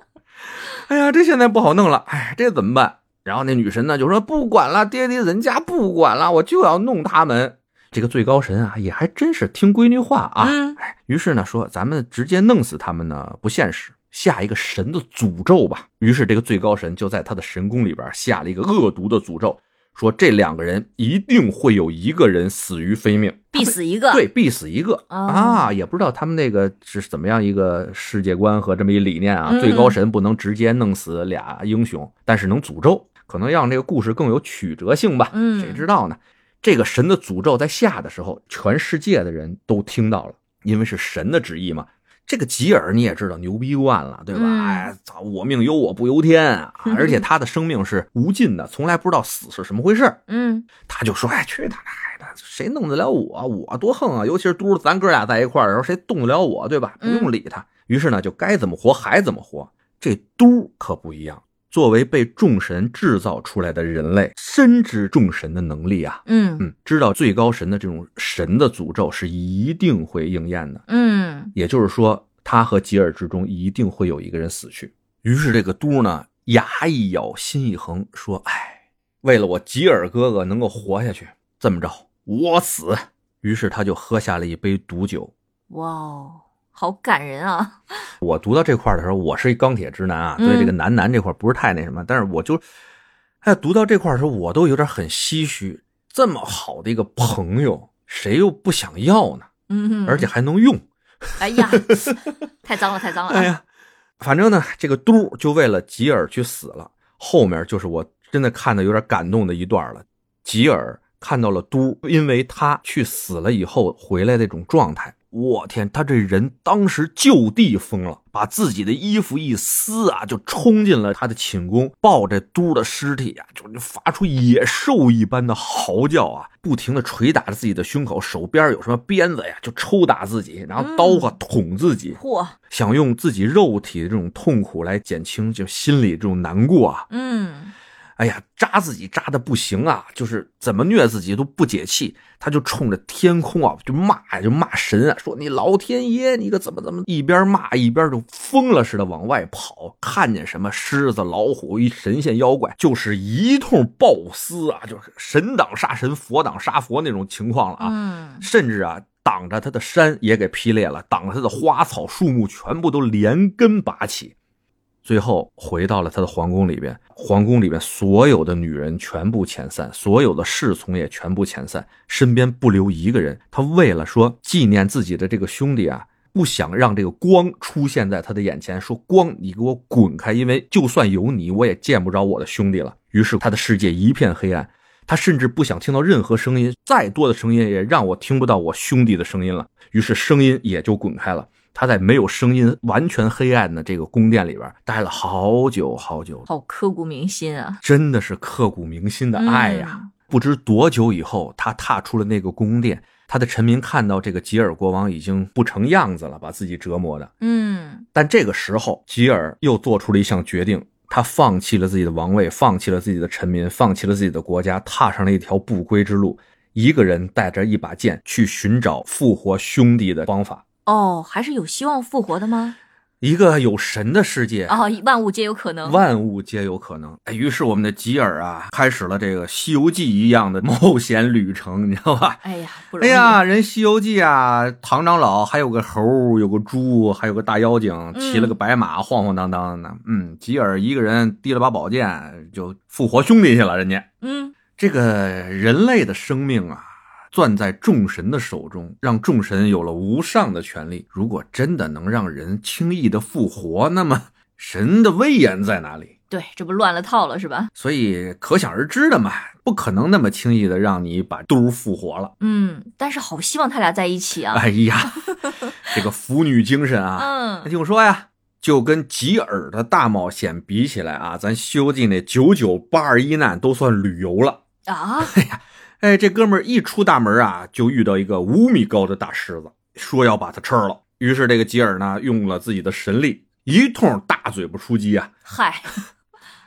S3: <laughs> 哎呀，这现在不好弄了，哎，这怎么办？然后那女神呢就说不管了，爹爹人家不管了，我就要弄他们。这个最高神啊，也还真是听闺女话啊。
S1: 嗯，
S3: 于是呢，说咱们直接弄死他们呢不现实，下一个神的诅咒吧。于是这个最高神就在他的神宫里边下了一个恶毒的诅咒，说这两个人一定会有一个人死于非命，
S1: 必死一个，
S3: 对，必死一个
S1: 哦
S3: 啊！也不知道他们那个是怎么样一个世界观和这么一理念啊。
S1: 嗯
S3: 最高神不能直接弄死俩英雄，但是能诅咒，可能让这个故事更有曲折性吧。
S1: 嗯
S3: 谁知道呢？这个神的诅咒在下的时候，全世界的人都听到了，因为是神的旨意嘛。这个吉尔你也知道牛逼惯了，对吧？
S1: 嗯
S3: 哎，操，我命由我不由天
S1: <laughs>
S3: 啊！而且他的生命是无尽的，从来不知道死是什么回事儿。
S1: 嗯
S3: 他就说：“哎，去他奶的，谁弄得了我？我多横啊！尤其是嘟儿咱哥俩在一块儿的时候，谁动得了我，对吧？不用理他。于是呢，就该怎么活还怎么活。这嘟儿可不一样，作为被众神制造出来的人类，深知众神的能力啊，
S1: 嗯
S3: 嗯，知道最高神的这种神的诅咒是一定会应验的。
S1: 嗯
S3: 也就是说，他和吉尔之中一定会有一个人死去。于是这个都呢，牙一咬，心一横，说：“哎，为了我吉尔哥哥能够活下去，这么着，我死。”于是他就喝下了一杯毒酒。
S1: 哇哦，好感人啊！
S3: 我读到这块儿的时候，我是一钢铁直男啊，
S1: 嗯
S3: 对这个男男这块儿不是太那什么，但是我就，哎，读到这块儿的时候，我都有点很唏嘘，这么好的一个朋友，谁又不想要呢？
S1: 嗯，
S3: 而且还能用，
S1: 哎呀， <laughs> 太脏了，太脏了！啊
S3: 哎，呀，反正呢，这个嘟儿就为了吉尔去死了。后面就是我真的看的有点感动的一段了。吉尔看到了嘟，因为他去死了以后回来那种状态，我天，他这人当时就地疯了，把自己的衣服一撕啊，就冲进了他的寝宫，抱着嘟的尸体啊，就发出野兽一般的嚎叫啊，不停的捶打着自己的胸口，手边有什么鞭子呀，就抽打自己，然后刀啊捅自己，
S1: 嚯，
S3: 想用自己肉体的这种痛苦来减轻就心里这种难过啊，
S1: 嗯
S3: 哎呀，扎自己扎的不行啊，就是怎么虐自己都不解气，他就冲着天空啊就骂呀，就骂神啊，说你老天爷，你个怎么怎么，一边骂一边就疯了似的往外跑，看见什么狮子、老虎、一神仙、妖怪，就是一通暴撕啊，就是神挡杀神，佛挡杀佛那种情况了啊。
S1: 嗯
S3: 甚至啊，挡着他的山也给劈裂了，挡着他的花草树木全部都连根拔起。最后回到了他的皇宫里边，皇宫里边所有的女人全部遣散，所有的侍从也全部遣散，身边不留一个人。他为了说纪念自己的这个兄弟啊，不想让这个光出现在他的眼前，说光你给我滚开，因为就算有你，我也见不着我的兄弟了。于是他的世界一片黑暗，他甚至不想听到任何声音，再多的声音也让我听不到我兄弟的声音了。于是声音也就滚开了。他在没有声音、完全黑暗的这个宫殿里边待了好久好久，
S1: 好刻骨铭心啊！
S3: 真的是刻骨铭心的爱呀、
S1: 嗯
S3: 不知多久以后，他踏出了那个宫殿，他的臣民看到这个吉尔国王已经不成样子了，把自己折磨的。
S1: 嗯
S3: 但这个时候，吉尔又做出了一项决定，他放弃了自己的王位，放弃了自己的臣民，放弃了自己的国家，踏上了一条不归之路，一个人带着一把剑去寻找复活兄弟的方法。
S1: 哦，还是有希望复活的吗？
S3: 一个有神的世界，
S1: 哦，万物皆有可能。
S3: 哎万物皆有可能。哎，于是我们的吉尔啊，开始了这个《西游记》一样的 <laughs> 冒险旅程，你知道吧？
S1: 哎呀，不容
S3: 哎
S1: 易！
S3: 呀，人《西游记》啊，唐长老还有个猴儿，有个猪，还有个大妖精，
S1: 嗯
S3: 骑了个白马，晃晃荡荡的。嗯，吉尔一个人提了把宝剑，就复活兄弟去了。人家
S1: 嗯
S3: 这个人类的生命啊，攥在众神的手中，让众神有了无上的权利。如果真的能让人轻易的复活，那么神的威严在哪里？
S1: 对，这不乱了套了是吧？
S3: 所以可想而知的嘛，不可能那么轻易的让你把嘟儿复活了。
S1: 嗯，但是好希望他俩在一起啊。
S3: <laughs> 哎呀，这个腐女精神啊！那
S1: 嗯，
S3: 听我说呀，就跟吉尔的大冒险比起来啊，咱《西游记》那九九八二一难都算旅游了。
S1: 啊，
S3: 哎，这哥们儿一出大门啊，就遇到一个五米高的大狮子，说要把他吃了。于是这个吉尔呢，用了自己的神力，一通大嘴巴出击啊，
S1: 嗨，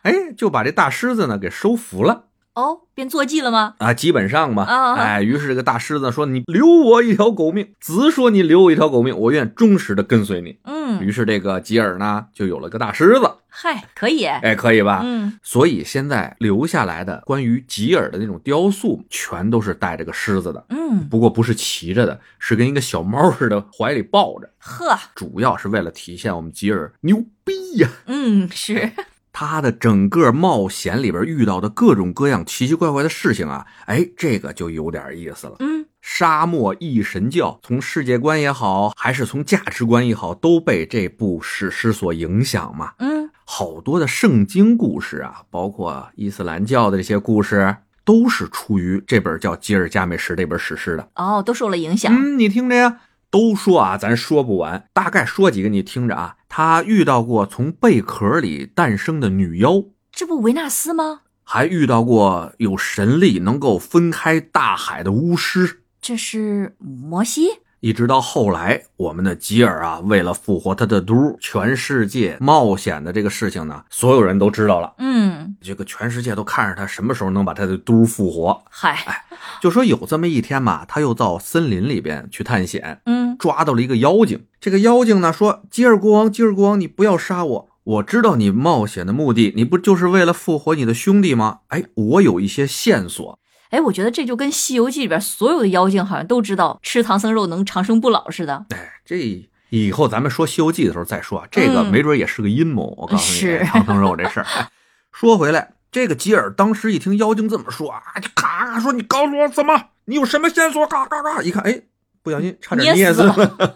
S3: 哎，就把这大狮子呢给收服了。
S1: 哦，变坐骑了吗？
S3: 啊，基本上吧。
S1: 啊
S3: 哎，于是这个大狮子说：“你留我一条狗命。”子说：“你留我一条狗命，我愿忠实的跟随你。”于
S1: 嗯，
S3: 是这个吉尔呢，就有了个大狮子。
S1: 嗨，可以。
S3: 哎，可以吧？
S1: 嗯，
S3: 所以现在留下来的关于吉尔的那种雕塑，全都是带着个狮子的，
S1: 嗯，
S3: 不过不是骑着的，是跟一个小猫似的怀里抱着，
S1: 呵，
S3: 主要是为了体现我们吉尔牛逼呀、
S1: 嗯，
S3: 哎
S1: 是，
S3: 他的整个冒险里边遇到的各种各样奇奇怪怪的事情啊，哎，这个就有点意思了。
S1: 嗯
S3: 沙漠异神教从世界观也好，还是从价值观也好，都被这部史诗所影响嘛。
S1: 嗯
S3: 好多的圣经故事啊，包括伊斯兰教的这些故事，都是出于这本叫《吉尔伽美什》这本史诗的。
S1: 哦，都受了影响。
S3: 嗯，你听着呀，都说啊，咱说不完，大概说几个你听着啊。他遇到过从贝壳里诞生的女妖，
S1: 这不维纳斯吗？
S3: 还遇到过有神力能够分开大海的巫师。
S1: 这是摩西？
S3: 一直到后来，我们的吉尔啊，为了复活他的都，全世界冒险的这个事情呢，所有人都知道了。
S1: 嗯，
S3: 这个全世界都看着他什么时候能把他的都复活。
S1: 嗨，
S3: 哎就说有这么一天嘛，他又到森林里边去探险，
S1: 嗯，
S3: 抓到了一个妖精。这个妖精呢说：“吉尔国王，吉尔国王，你不要杀我！我知道你冒险的目的，你不就是为了复活你的兄弟吗？哎，我有一些线索。
S1: 哎，我觉得这就跟《西游记》里边所有的妖精好像都知道吃唐僧肉能长生不老似的。
S3: 哎，这以后咱们说《西游记》的时候再说，啊，这个
S1: 嗯
S3: 没准也是个阴谋。我告诉你， <laughs>
S1: 是
S3: 唐僧肉这事儿。哎说回来，这个吉尔当时一听妖精这么说啊，就咔咔说：“你告诉我怎么？你有什么线索？”咔咔咔，一看，哎，不小心差点
S1: 捏
S3: 捏
S1: 死
S3: 死 <laughs> 了。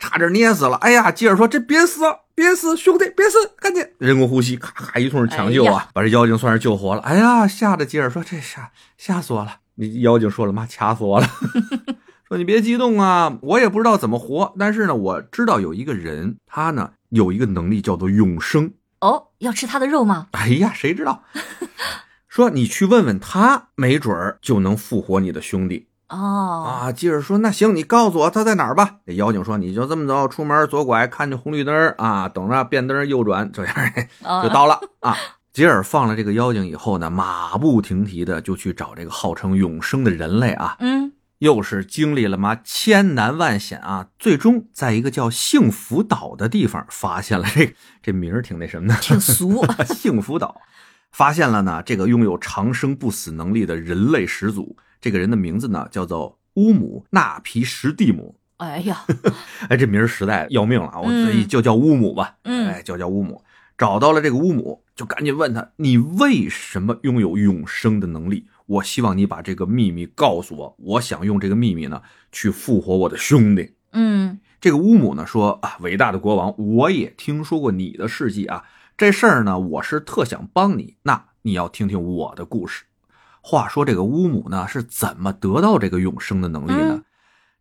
S3: 差点捏死了。哎呀，吉尔说：“这别死，别死，兄弟，别死，赶紧人工呼吸，咔咔一通抢救
S1: 哎
S3: 啊，把这妖精算是救活了。”哎呀，吓得吉尔说：“这吓吓死我了！”你妖精说了：“妈，掐死我了！” <laughs> 说你别激动啊，我也不知道怎么活，但是呢，我知道有一个人，他呢有一个能力叫做永生。
S1: 哦，要吃他的肉吗？
S3: 哎呀，谁知道？ <laughs> 说你去问问他，没准儿就能复活你的兄弟。
S1: 哦，
S3: 啊，吉尔说：“那行，你告诉我他在哪儿吧。”这妖精说：“你就这么走，出门左拐，看见红绿灯儿啊，等着变灯儿右转，这样儿 <laughs>
S1: 啊
S3: 就到了啊。”吉尔放了这个妖精以后呢，马不停蹄的就去找这个号称永生的人类啊，
S1: 嗯，
S3: 又是经历了嘛千难万险啊，最终在一个叫幸福岛的地方发现了这个、这名儿挺那什么的，
S1: 挺俗。 <laughs>
S3: <laughs> 幸福岛，发现了呢这个拥有长生不死能力的人类始祖。这个人的名字呢叫做乌姆纳皮什蒂姆。
S1: 哎呀，
S3: 哎，这名儿实在要命了啊，我
S1: 嗯
S3: 所以就叫乌姆吧。
S1: 嗯
S3: 哎，就叫乌姆。找到了这个乌姆，就赶紧问他：“你为什么拥有永生的能力？我希望你把这个秘密告诉我，我想用这个秘密呢去复活我的兄弟。”
S1: 嗯，
S3: 这个乌姆呢说啊，伟大的国王，我也听说过你的事迹啊，这事儿呢，我是特想帮你，那你要听听我的故事。话说这个乌姆呢是怎么得到这个永生的能力呢？
S1: 嗯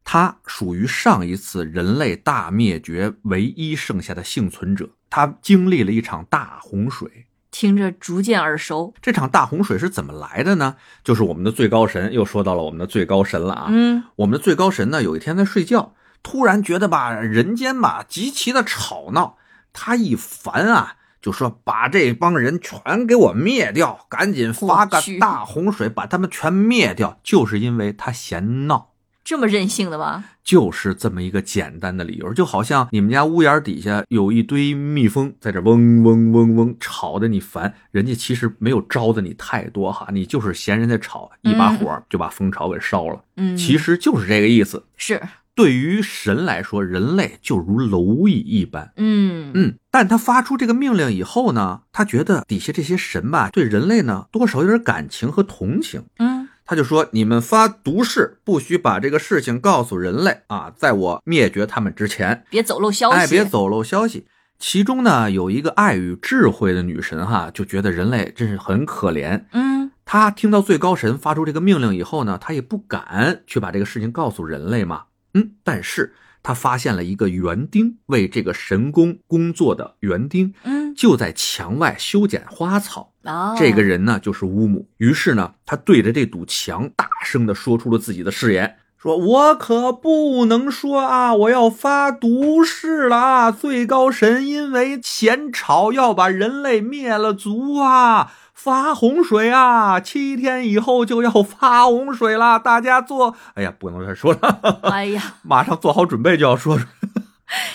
S3: 他属于上一次人类大灭绝唯一剩下的幸存者，他经历了一场大洪水。
S1: 听着逐渐耳熟。
S3: 这场大洪水是怎么来的呢？就是我们的最高神，又说到了我们的最高神了啊。
S1: 嗯，
S3: 我们的最高神呢，有一天在睡觉，突然觉得吧，人间吧极其的吵闹，他一烦啊，就说把这帮人全给我灭掉，赶紧发个
S1: 我去
S3: 大洪水把他们全灭掉，就是因为他嫌闹。
S1: 这么任性的吗？
S3: 就是这么一个简单的理由，就好像你们家屋檐底下有一堆蜜蜂在这嗡嗡嗡嗡吵得你烦，人家其实没有招的你太多哈，你就是嫌人家吵，一把火就把蜂巢给烧了，
S1: 嗯，
S3: 其实就是这个意思。
S1: 是，
S3: 对于神来说，人类就如蝼蚁一般。
S1: 嗯
S3: 嗯，但他发出这个命令以后呢，他觉得底下这些神吧，对人类呢多少有点感情和同情。
S1: 嗯
S3: 他就说：“你们发毒誓，不许把这个事情告诉人类啊，在我灭绝他们之前，
S1: 别走漏消息。
S3: 哎，别走漏消息。”其中呢，有一个爱与智慧的女神哈，就觉得人类真是很可怜，
S1: 嗯
S3: 他听到最高神发出这个命令以后呢，他也不敢去把这个事情告诉人类嘛。嗯，但是他发现了一个园丁，为这个神宫工作的园丁，
S1: 嗯
S3: 就在墙外修剪花草。
S1: 啊，
S3: 这个人呢，就是乌姆。于是呢，他对着这堵墙大声地说出了自己的誓言。说我可不能说啊！我要发毒誓了啊！最高神因为嫌吵要把人类灭了族啊！发洪水啊！七天以后就要发洪水啦！大家做……哎呀，不能再说了，
S1: 哎呀，
S3: 马上做好准备就要说出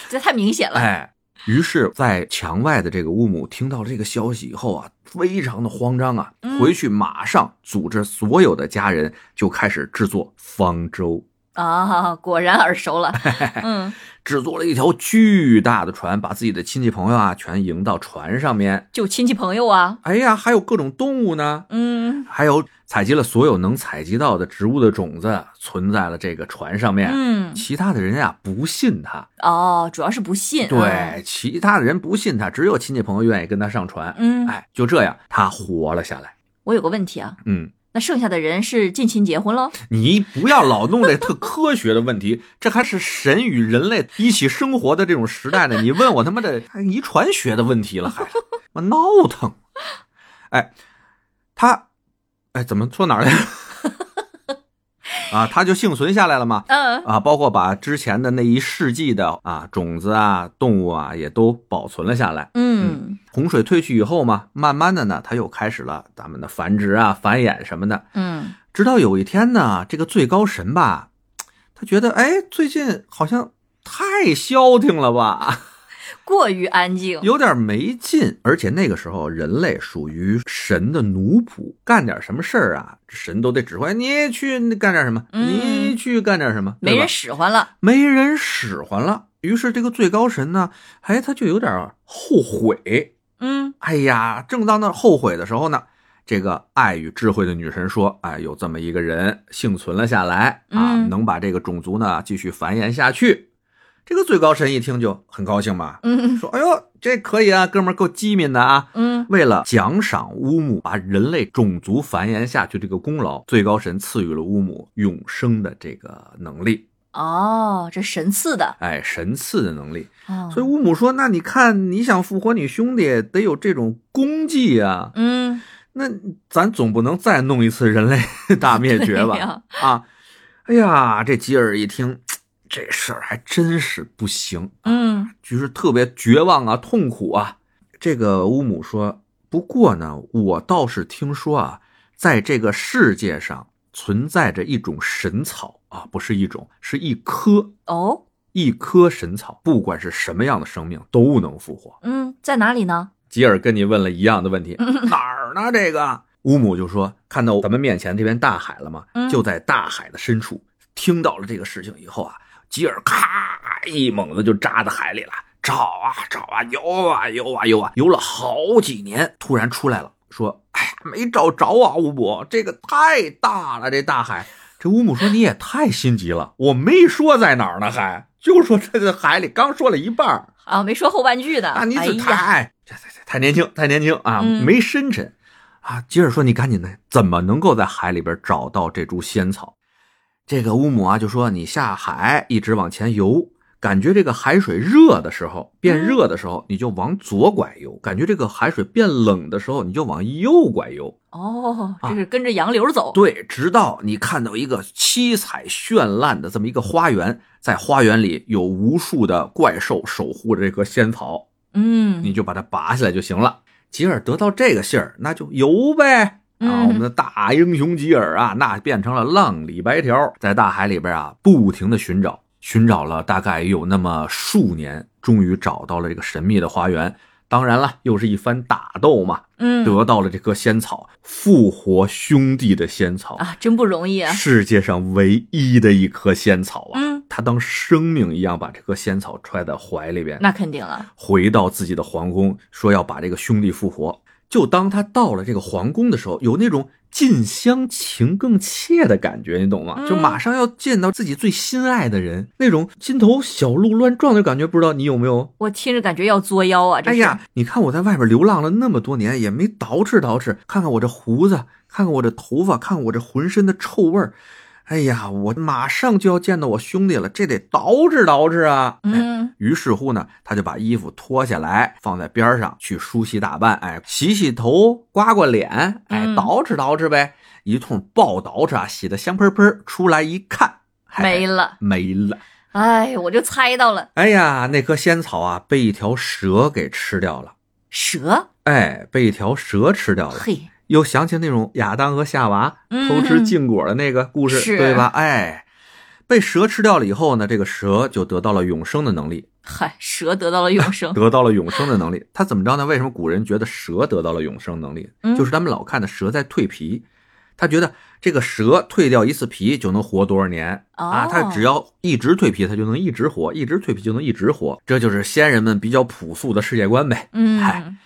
S1: 这太明显了。
S3: 哎，于是，在墙外的这个乌姆听到这个消息以后啊，非常的慌张啊
S1: 嗯，
S3: 回去马上组织所有的家人就开始制作方舟，
S1: 啊，果然耳熟
S3: <laughs>
S1: 了。嗯，
S3: 制作了一条巨大的船，把自己的亲戚朋友啊全迎到船上面。
S1: 就亲戚朋友啊。
S3: 哎呀，还有各种动物呢。
S1: 嗯
S3: 还有采集了所有能采集到的植物的种子，啊存在了这个船上面。
S1: 嗯，
S3: 其他的人呀、不信他，
S1: 哦，主要是不信。
S3: 对，其他的人不信他，只有亲戚朋友愿意跟他上船。
S1: 嗯，嗯，
S3: 哎，就这样，他活了下来。
S1: 我有个问题啊，
S3: 嗯，
S1: 那剩下的人是近亲结婚了？
S3: 你不要老弄这特科学的问题，这还是神与人类一起生活的这种时代呢。你问我他妈这还遗传学的问题了，还我闹腾。哎，他，哎，怎么说哪儿来着？啊，他就幸存下来了嘛。
S1: 嗯，
S3: 啊，包括把之前的那一世纪的啊种子啊、动物啊也都保存了下来。
S1: 嗯
S3: 洪水退去以后嘛，慢慢的呢，它又开始了咱们的繁殖啊、繁衍什么的。
S1: 嗯
S3: 直到有一天呢，这个最高神吧，他觉得哎，最近好像太消停了吧，
S1: <laughs> 过于安静。
S3: 有点没劲。而且那个时候，人类属于神的奴仆，干点什么事儿啊，神都得指挥你去干点什么，
S1: 嗯
S3: 你去干点什么，
S1: 没
S3: 对吧
S1: 人使唤了，
S3: 没人使唤了。于是这个最高神呢，哎，他就有点后悔。
S1: 嗯
S3: 哎呀，正当那后悔的时候呢，这个爱与智慧的女神说：“哎，有这么一个人幸存了下来啊，
S1: 嗯
S3: 能把这个种族呢继续繁衍下去。”这个最高神一听就很高兴嘛，
S1: 嗯
S3: 说：“哎呦，这可以啊，哥们儿够机敏的啊！
S1: 嗯，
S3: 为了奖赏乌姆把人类种族繁衍下去这个功劳，最高神赐予了乌姆永生的这个能力，
S1: 哦，这神赐的，
S3: 哎，神赐的能力。
S1: 哦、
S3: 所以乌姆说：‘那你看，你想复活你兄弟，得有这种功绩啊。’
S1: 嗯，
S3: 那咱总不能再弄一次人类 <laughs> 大灭绝
S1: 对呀
S3: 吧？啊，哎呀，这吉尔一听，这事儿还真是不行，
S1: 嗯
S3: 就是特别绝望啊，痛苦啊。这个乌姆说，不过呢，我倒是听说啊，在这个世界上存在着一种神草啊，不是一种，是一棵
S1: 哦，
S3: 一棵神草，不管是什么样的生命都能复活。
S1: 嗯，在哪里呢？
S3: 吉尔跟你问了一样的问题，哪儿呢？这个乌姆就说，看到咱们面前这片大海了吗
S1: 嗯？
S3: 就在大海的深处。听到了这个事情以后啊，吉尔咔一猛子就扎在海里了，找啊找啊，游啊游啊游啊，游了好几年，突然出来了，说：“哎呀，没找着啊，乌姆，这个太大了，这大海。”这乌姆说：“你也太心急了，我没说在哪儿呢，还就说这在海里，刚说了一半儿。”
S1: 啊，没说后半句呢。
S3: 啊，你
S1: 哎
S3: 只
S1: 呀，
S3: 太这这这太年轻，太年轻啊，
S1: 嗯
S3: 没深沉啊。接着说，你赶紧的，怎么能够在海里边找到这株仙草？这个乌姆啊就说，你下海一直往前游，感觉这个海水热的时候变
S1: 嗯
S3: 热的时候，你就往左拐游；感觉这个海水变冷的时候，你就往右拐游。
S1: 哦，
S3: 啊
S1: 这是跟着洋流走。
S3: 对，直到你看到一个七彩绚烂的这么一个花园，在花园里有无数的怪兽守护着这棵仙草。
S1: 嗯，
S3: 你就把它拔下来就行了。吉尔得到这个信儿，那就游呗。啊，
S1: 嗯
S3: 我们的大英雄吉尔啊，那变成了浪里白条，在大海里边啊，不停的寻找，寻找了大概有那么数年，终于找到了这个神秘的花园。当然了，又是一番打斗嘛，
S1: 嗯
S3: 得到了这棵仙草，复活兄弟的仙草，
S1: 啊，真不容易啊。
S3: 世界上唯一的一棵仙草啊，
S1: 嗯，
S3: 他当生命一样把这棵仙草揣在怀里边，
S1: 那肯定了。
S3: 回到自己的皇宫，说要把这个兄弟复活。就当他到了这个皇宫的时候，有那种近乡情更怯的感觉，你懂吗
S1: 嗯？
S3: 就马上要见到自己最心爱的人，那种心头小鹿乱撞的感觉，不知道你有没有？
S1: 我听着感觉要作妖啊！这
S3: 哎
S1: 是，
S3: 呀，你看我在外边流浪了那么多年，也没捯饬捯饬，看看我这胡子，看看我这头发，看看我这浑身的臭味儿。哎呀，我马上就要见到我兄弟了，这得捯饬捯饬啊！哎
S1: 嗯
S3: 于是乎呢，他就把衣服脱下来放在边上去梳洗打扮，哎，洗洗头，刮刮脸，哎，
S1: 嗯
S3: 捯饬捯饬呗，一通暴捯饬啊，洗得香喷喷。出来一看，嗨
S1: 没了。
S3: 没了。
S1: 哎，我就猜到了，
S3: 哎呀，那棵仙草啊，被一条蛇给吃掉了。
S1: 蛇。
S3: 哎，被一条蛇吃掉了，
S1: 嘿，
S3: 又想起那种亚当和夏娃
S1: 嗯
S3: 哦偷吃禁果的那个故事，
S1: 是
S3: 对吧？哎，被蛇吃掉了以后呢，这个蛇就得到了永生的能力，
S1: 嗨，蛇得到了永生。
S3: <laughs> 得到了永生的能力。他怎么着呢？为什么古人觉得蛇得到了永生能力？
S1: 嗯
S3: 就是他们老看的蛇在蜕皮，他觉得这个蛇蜕掉一次皮就能活多少年、啊？
S1: 哦
S3: 它只要一直蜕皮，它就能一直活，一直蜕皮就能一直活。这就是先人们比较朴素的世界观呗。嗨
S1: 嗯，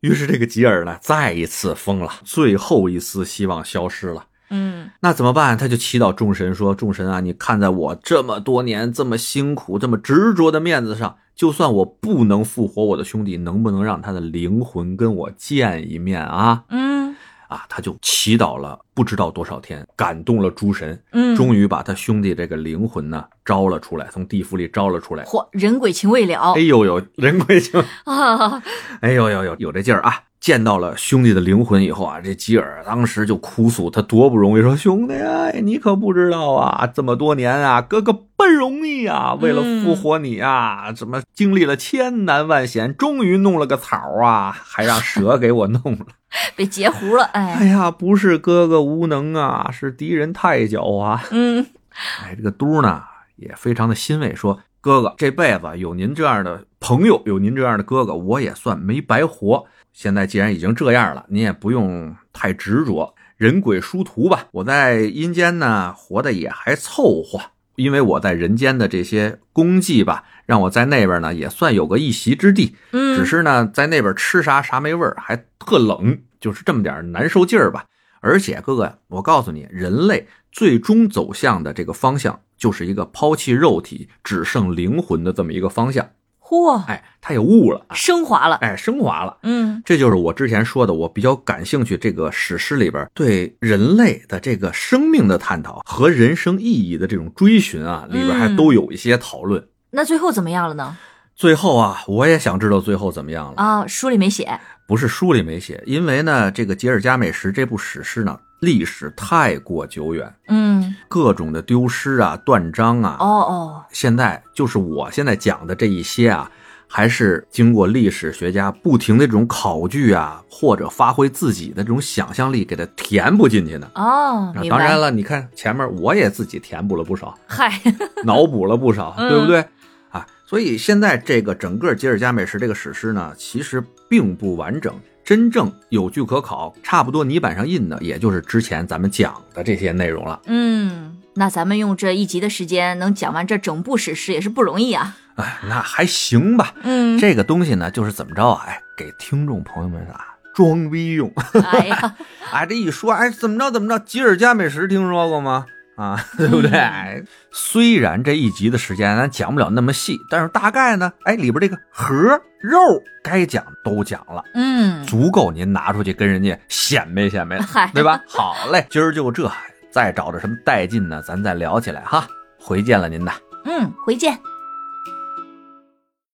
S3: 于是这个吉尔呢，再一次疯了，最后一丝希望消失了。
S1: 嗯
S3: 那怎么办？他就祈祷众神说：“众神啊，你看在我这么多年这么辛苦、这么执着的面子上，就算我不能复活我的兄弟，能不能让他的灵魂跟我见一面啊？
S1: 嗯
S3: 啊，他就祈祷了不知道多少天，感动了诸神，
S1: 嗯，
S3: 终于把他兄弟这个灵魂呢招了出来，从地府里招了出来。
S1: 嚯，人鬼情未了
S3: 哎呦呦，人鬼情，
S1: 啊！
S3: 哎呦呦呦，有这劲儿啊！见到了兄弟的灵魂以后啊，这吉尔当时就哭诉，他多不容易，说兄弟呀、哎你可不知道啊，这么多年啊，哥哥不容易啊，为了复活你啊，怎么经历了千难万险，终于弄了个草啊，还让蛇给我弄了。
S1: 被截胡了，
S3: 哎
S1: 哎，
S3: 呀，不是哥哥无能啊，是敌人太狡猾、
S1: 嗯，
S3: 哎，这个嘟儿呢也非常的欣慰，说哥哥这辈子有您这样的朋友，有您这样的哥哥，我也算没白活。现在既然已经这样了，您也不用太执着，人鬼殊途吧。我在阴间呢活得也还凑合，因为我在人间的这些功绩吧，让我在那边呢也算有个一席之地。
S1: 嗯，
S3: 只是呢，在那边吃啥啥没味儿，还特冷，就是这么点儿难受劲儿吧。而且哥哥，我告诉你，人类最终走向的这个方向，就是一个抛弃肉体，只剩灵魂的这么一个方向。
S1: 嚯，
S3: 哎，他也悟了，
S1: 升华了，
S3: 哎，升华了。
S1: 嗯
S3: 这就是我之前说的，我比较感兴趣这个史诗里边对人类的这个生命的探讨和人生意义的这种追寻啊，里边还
S1: 嗯
S3: 都有一些讨论。
S1: 那最后怎么样了呢？
S3: 最后啊，我也想知道最后怎么样了。
S1: 啊，书里没写，
S3: 不是书里没写，因为呢，这个《吉尔加美什》这部史诗呢，历史太过久远，
S1: 嗯，
S3: 各种的丢失啊、断章啊，
S1: 哦哦，
S3: 现在就是我现在讲的这一些啊，还是经过历史学家不停的这种考据啊，或者发挥自己的这种想象力给它填补进去的。
S1: 哦，
S3: 啊
S1: 明白，
S3: 当然，了，你看前面我也自己填补了不少，
S1: 嗨， <laughs>
S3: 脑补了不少，
S1: 嗯
S3: 对不对？啊，所以现在这个整个吉尔加美什这个史诗呢，其实并不完整，真正有据可考，差不多泥板上印的，也就是之前咱们讲的这些内容了。
S1: 嗯，那咱们用这一集的时间能讲完这整部史诗也是不容易啊，
S3: 哎，那还行吧。
S1: 嗯，
S3: 这个东西呢，就是怎么着啊？哎，给听众朋友们啊，装逼用。
S1: 哎呀，
S3: 哎，这一说，哎，怎么着怎么着，吉尔加美什听说过吗？啊， <laughs> 对不对？
S1: 嗯
S3: 哎虽然这一集的时间咱讲不了那么细，但是大概呢，哎，里边这个核肉该讲都讲了，
S1: 嗯，
S3: 足够您拿出去跟人家显摆显摆了
S1: 嗨，
S3: 对吧？好嘞，今儿就这，再找着什么带劲呢，咱再聊起来哈。回见了您呐。
S1: 嗯，回见。